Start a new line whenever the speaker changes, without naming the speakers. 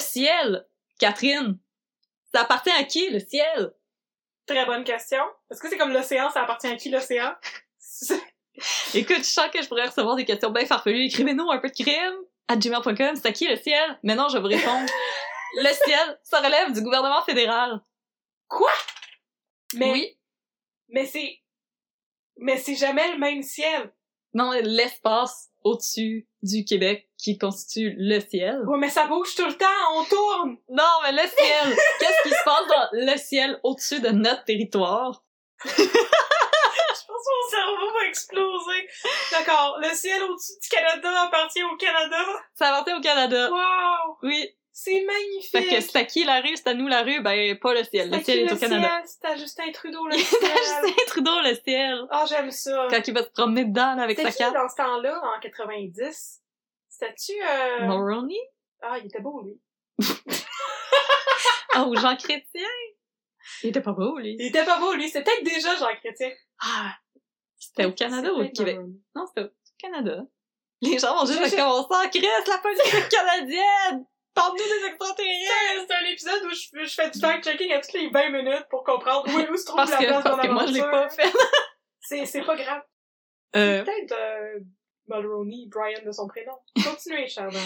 ciel, Catherine? Ça appartient à qui, le ciel?
Très bonne question. Est-ce que c'est comme l'océan, ça appartient à qui l'océan?
Écoute, je sens que je pourrais recevoir des questions bien farfelues. Écrivez-nous un peu de crime à gmail.com. C'est à qui le ciel? Mais non, je vous réponds. le ciel, ça relève du gouvernement fédéral.
Quoi? Mais,
Oui.
mais c'est, mais c'est jamais le même ciel.
Non, l'espace au-dessus du Québec qui constitue le ciel.
Ouais, mais ça bouge tout le temps, on tourne!
Non, mais le ciel! Qu'est-ce qui se passe dans le ciel au-dessus de notre territoire?
Je pense que mon cerveau va exploser. D'accord, le ciel au-dessus du Canada appartient au Canada.
Ça appartient au Canada.
Wow!
Oui.
C'est
Fait que
magnifique!
c'est à qui la rue? C'est à nous la rue? Ben, pas le ciel. Le
C'est
ciel
qui
est au Canada.
ciel? C'est à Justin Trudeau, le ciel.
Justin Trudeau, le ciel!
Ah, j'aime ça.
Quand il va se promener dedans, là, avec
C'était
sa
qui
carte.
dans ce temps-là, en 90? C'était-tu... Euh...
Moroni?
Ah, il était beau, lui.
Oh, Jean Chrétien! Il était pas beau, lui.
Il était pas beau, lui. C'était peut-être déjà Jean Chrétien.
Ah! C'était au Canada ou au
C'est peut-être
Québec?
Moroni.
Non, c'était au Canada. Les gens vont juste faire
Je- je-
comme on s'en crisse, la politique canadienne! Parle-nous des extraterrestres!
Ouais, C'est un épisode où je, je fais du fact-checking à toutes les 20 minutes pour comprendre où, où se trouve
Parce
la
que,
place
parce
dans
que moi, je l'ai pas fait.
C'est c'est pas grave.
Euh,
Peut-être euh, Mulroney, Brian de son prénom. Continuez, Sheldon.